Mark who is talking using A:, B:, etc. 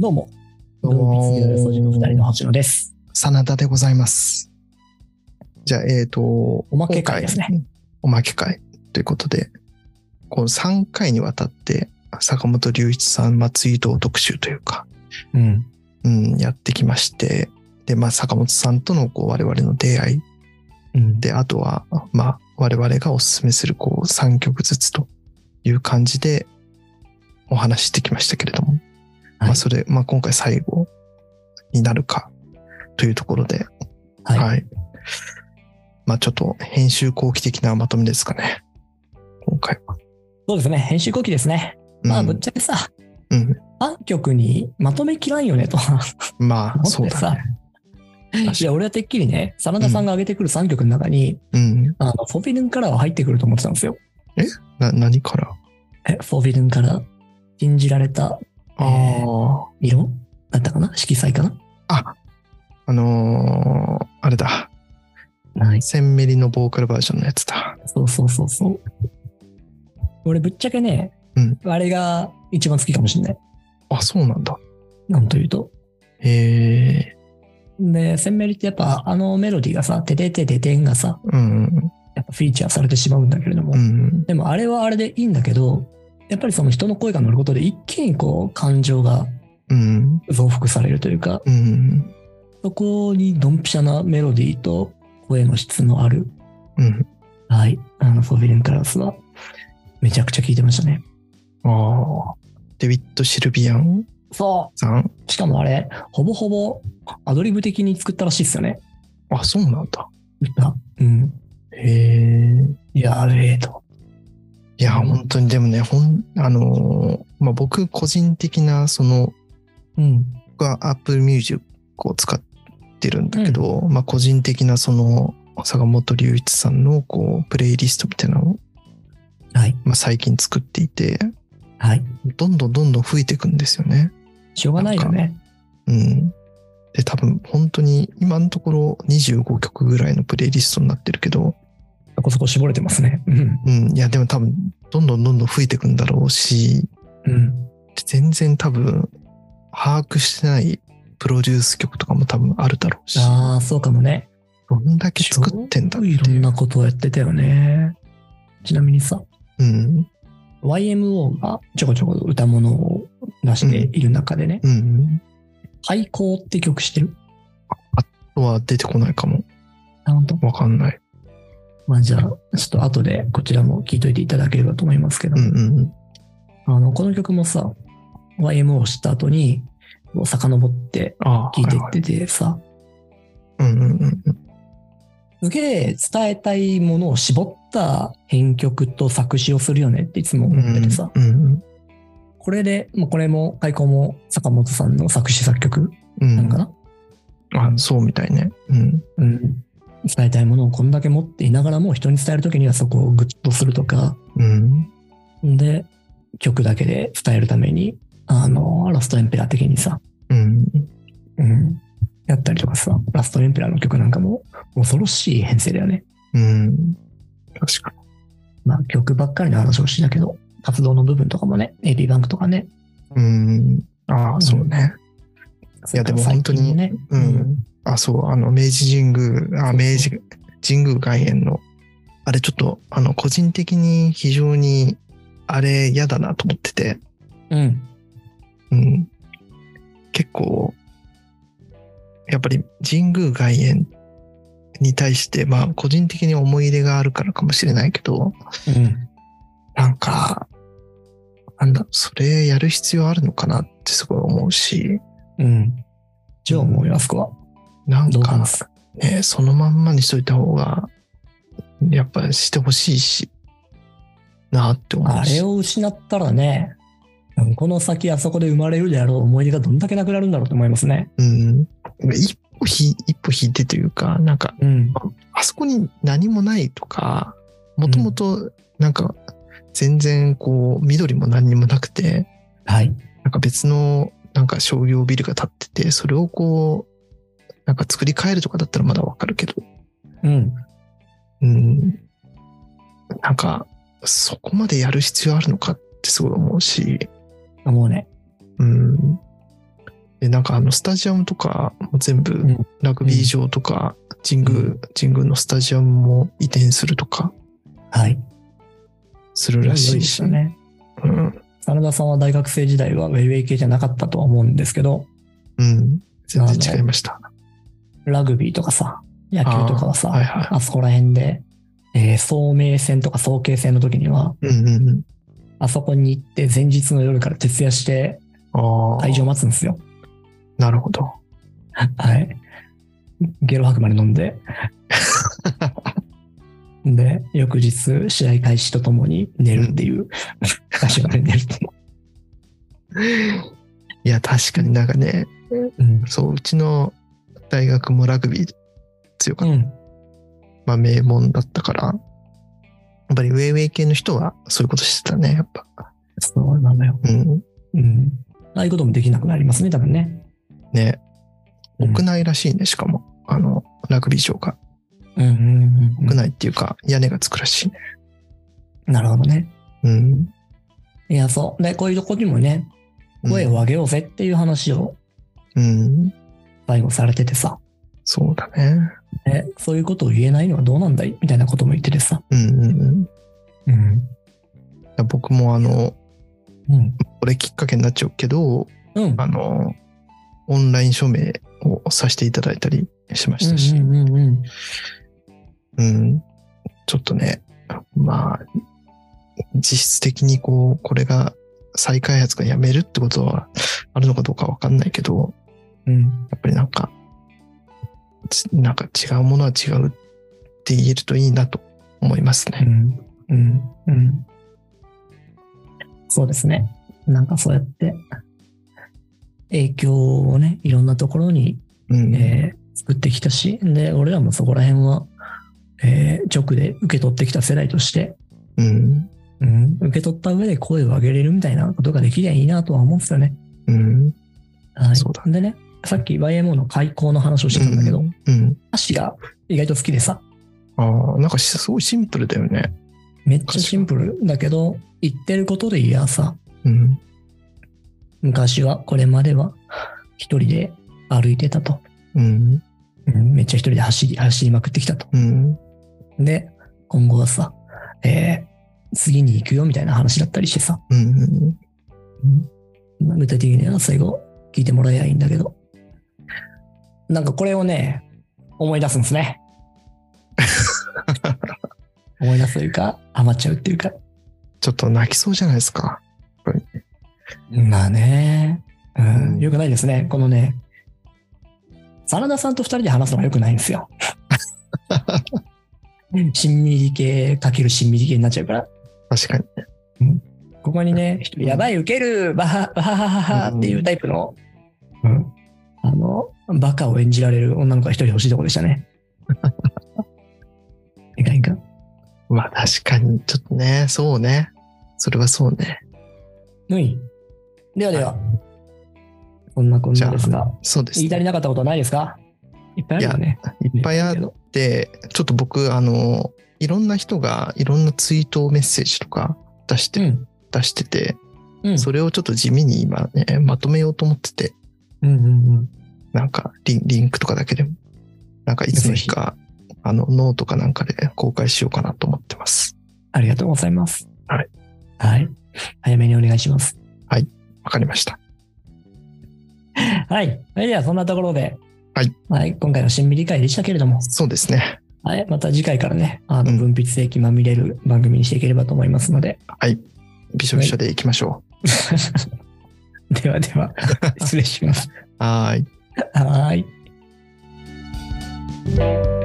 A: どうも、
B: どうも
A: 動物掃除の二人の星野です。
B: 真田でございます。じゃあ、えっ、と、お
A: まけ会ですね。
B: おまけ会ということで、こう3回にわたって、坂本龍一さん松井堂特集というか、
A: うん。
B: うん、やってきまして、で、まあ、坂本さんとのこう我々の出会い、
A: うん、
B: で、あとは、まあ、我々がおすすめするこう3曲ずつという感じでお話ししてきましたけれども、
A: はい
B: まあ、それ、まあ、今回最後になるかというところで、
A: はい。
B: まあちょっと編集後期的なまとめですかね。今回は。
A: そうですね。編集後期ですね。まあ、
B: うん
A: ぶっちゃけさ、
B: うん
A: 安曲にまとめきらんよねとは
B: まあ、そ
A: 思っ
B: う
A: て
B: だ
A: さ
B: ね。。
A: いや、俺はてっきりね、真田さんが上げてくる3曲の中に、
B: うん。
A: あの、フォビルンからは入ってくると思ってたんですよ。
B: な、何から
A: え、フォビルンから、禁じられた
B: ああ、
A: え色だったかな色彩かな
B: あのーあれだ。
A: はい。
B: センメリのボーカルバージョンのやつだ。
A: そうそうそうそう。俺、ぶっちゃけね、
B: うん
A: あれが一番好きかもしれない。
B: あ、そうなんだ。
A: なんというと。
B: へえ。
A: で、センメリってやっぱあのメロディーがさ、てててててんがさ、
B: うん。
A: やっぱフィーチャーされてしまうんだけれども、
B: うん。
A: でもあれはあれでいいんだけど、やっぱりその人の声が乗ることで一気にこう感情が
B: うん。
A: 増幅されるというか、
B: うん。
A: そこにドンピシャなメロディーと声の質のある、
B: うん。
A: はい、あのフォービレンカラスはめちゃくちゃ聴いてましたね。
B: ああ。デビッド・シルビアン
A: そ
B: さん。
A: う。しかもあれ、ほぼほぼアドリブ的に作ったらしいっすよね。
B: あ、そうなんだ。
A: 歌。うん。
B: へえ。
A: いや、あれと。
B: いや、本当にでもね、ほん、あのーまあ、僕個人的な、その、
A: うん。
B: 僕は Apple Music を使ってるんだけど、まあ個人的なその坂本龍一さんのこうプレイリストみたいなのを、
A: はい。
B: まあ、最近作っていて
A: はい。
B: どんどんどんどん増えていくんですよね。
A: しょうがないよね。
B: うん、で多分本当に今のところ25曲ぐらいのプレイリストになってるけど、
A: そこそこ絞れてますね。うん。
B: うん、いやでも多分どんどんどんどん増えていくんだろうし
A: うん。
B: 全然多分把握してないプロデュース曲とかも多分あるだろうし
A: ああ、そうかもね。
B: どんだけ作ってんだって
A: いろ
B: い
A: ん
B: う。
A: なことをやってたよね。ちなみにさ、
B: うん、
A: YMO がちょこちょこ歌物を出している中でね、
B: うん。
A: 廃校って曲してる。
B: は出てこないかも。
A: あ本当
B: わかんない。
A: まあじゃあ、ちょっと後でこちらも聞いといていただければと思いますけど、
B: うんうん
A: あの、この曲もさ、YMO を知った後に、こう遡って
B: ああ。
A: 聞いて
B: はは
A: っててさ、
B: うんうんうんうん。
A: すげえ伝えたいものを絞った編曲と作詞をするよねっていつも思っててさ、
B: うん
A: これで、もうこれも、開口も坂本さんの作詞作曲
B: うん。
A: なのかな、
B: あ、そうみたいね。うん。
A: うん、伝えたいものをこんだけ持っていながらも、人に伝えるときにはそこをグッとするとか、
B: うん。
A: で、曲だけで伝えるために、あの、ラストエンペラー的にさ、
B: うん。
A: うん、やったりとかさ、ラストエンペラーの曲なんかも、恐ろしい編成だよね。
B: うん。確か
A: まあ、曲ばっかりの話をしてたけど、活動の部分とかもね、AB バンクとかね、
B: に。うん。ああ、そうね。いやでも本当に
A: ね、
B: う。ん。あ、そう。あの、明治神宮、あ、明治神宮外苑の、あれちょっと、あの、個人的に非常に、あれ嫌だなと思ってて。
A: うん。
B: うん、結構やっぱり神宮外苑に対してまあ個人的に思い入れがあるからかもしれないけど
A: うん。
B: なんかなんだそれやる必要あるのかなってすごい思うし
A: うん。じゃあ思うよ、あそこは。
B: なん
A: どうかな
B: か、ね、そのまんまにしといた方がやっぱしてほしいしなって思
A: あ
B: うし
A: れを失ったらね、うんこの先あそこで生まれるであろう思い出がどんだけなくなるんだろうと思いますね。
B: うん、一歩ひ一歩引いてというかなんか
A: うん。
B: あそこに何もないとか、もともとなんか全然こう緑も何にもなくて、
A: はい。
B: なんか別のなんか商業ビルが建ってて、それをこう、なんか作り変えるとかだったらまだわかるけど、
A: うん。
B: うん。なんかそこまでやる必要あるのかってすごい思うし、
A: 思うね。
B: うん。で、なんかあの、スタジアムとかも全部
A: ん、
B: ラグビー場とか、神宮、
A: うん
B: 神宮のスタジアムも移転するとか、
A: はい。
B: するらしいし。
A: ね。
B: うん。
A: 真田さんは大学生時代はウェイウェイ系じゃなかったとは思うんですけど、
B: うん。全然違いました。
A: ラグビーとかさ、野球とかはさ、あ,、
B: はいは
A: そこら辺で、えー、聡明戦とか早慶戦の時には、
B: い。うんうんうん。
A: あそこに行って前日の夜から徹夜して
B: ああ。
A: 会場待つんですよ。
B: なるほど。
A: はい。ゲロ吐くまで飲ん で。で、翌日、試合開始とともに寝るって いう、歌手が寝るってい
B: いや、確かになんかね、
A: う。うん。
B: そう、うちの大学もラグビー強か
A: う
B: った。
A: ん。
B: まあ、名門だったから、やっぱりウェイウェイ系の人はそういうことしてたね、やっぱ。
A: そうなのよ。
B: うん。
A: うん。ああいうこともできなくなりますね、多分ね。
B: ね。
A: うん
B: 屋内らしいね、しかも。あの、ラグビー場が。
A: うんうんうん
B: 屋内っていうか、屋根がつくらしいね。
A: うん。なるほどね。
B: うん。
A: いや、そう。で、こういうとこにもね、声を上げようぜっていう話を
B: うん。
A: 最後されててさ、
B: そうだね。
A: ねそういうことを言えないのはどうなんだいみたいなことも言っててさ。
B: うんうんうん。
A: うん。
B: 僕もあの、
A: うん。
B: これきっかけになっちゃうけど、
A: うん。
B: あの、オンライン署名をさせていただいたりしましたし、
A: うんうんうんうん。
B: うん、ちょっとね、まあ、実質的にこう、これが再開発がやめるってことはあるのかどうかわかんないけど、
A: うん。
B: やっぱりなんか、ちなんか違うものは違うって言えるといいなと思います
A: う
B: ね。
A: ん。うん。うん。そうですね。なんかそうやって、影響をね、いろんなところに、
B: うん。
A: えー作ってきたし、で、俺らもそこら辺は、えー直で受け取ってきた世代として、
B: うん。
A: うん、受け取った上で声を上げれるみたいなことができりゃいいなとは思うんですよね。
B: うん。
A: はい。
B: そうだ
A: でね、さっき YMO の開講の話をしてたんだけど、
B: うん。
A: 歌詞が意外と好きでさ、
B: ああ、なんかしすごいシンプルだよね。
A: めっちゃシンプルだけど、言ってることで言えばさ、
B: うん。
A: 昔はこれまでは一人で歩いてたと。
B: うん。
A: うんめっちゃ一人で走り、走りまくってきたと。
B: うん。
A: で、今後はさ、えー次に行くよみたいな話だったりしてさ、
B: うん。
A: まあ具体的には最後聞いてもらえばいいんだけど。なんかこれをね、思い出すんですね。思い出すというか、ハマっちゃうっていうか。
B: ちょっと泣きそうじゃないですか。
A: まあね、うん
B: う、ん
A: よくないですね。このね、真田さんと二人で話すのがよくないん ですよ。しんみり系かけるしんみり系になっちゃうから。
B: 確かに。
A: ここにね、一人やばい、ウケる、バハ、バハハハハっていうタイプの、うん、あの、バカを演じられる女の子が一人欲しいとこでした ね。いかんいかん。
B: まあ確かに、ちょっとね、そうね。それはそうね。
A: はい。ではでは、こんなこん
B: じゃ
A: な
B: あ
A: ですが、
B: そうです、
A: 言い足り
B: ね。
A: なかったことはないですかいっぱいあるよね。
B: いっぱいあっ
A: る。
B: て、ちょっと僕、あの、いろんな人がいろんなツイートメッセージとか出して、
A: うん。
B: 出してて、
A: うん。
B: それをちょっと地味に今ね、まとめようと思ってて、
A: うんうんうん。
B: なんかリンリンクとかだけでも、なんかいつの日か、あの、ノートかなんかで公開しようかなと思ってます。
A: ありがとうございます。
B: はい。
A: はい。早めにお願いします。
B: わかりました。
A: はい。それでは、そんなところで、
B: はい。
A: はい。今回の新理会でしたけれども、
B: そうですね。
A: はい、また次回からね、あの
B: うん
A: 分泌液まみれる番組にしていければと思います ので。
B: びしょびしょでいきましょ
A: ではでは、 失礼します。
B: う。はーい。
A: はーい。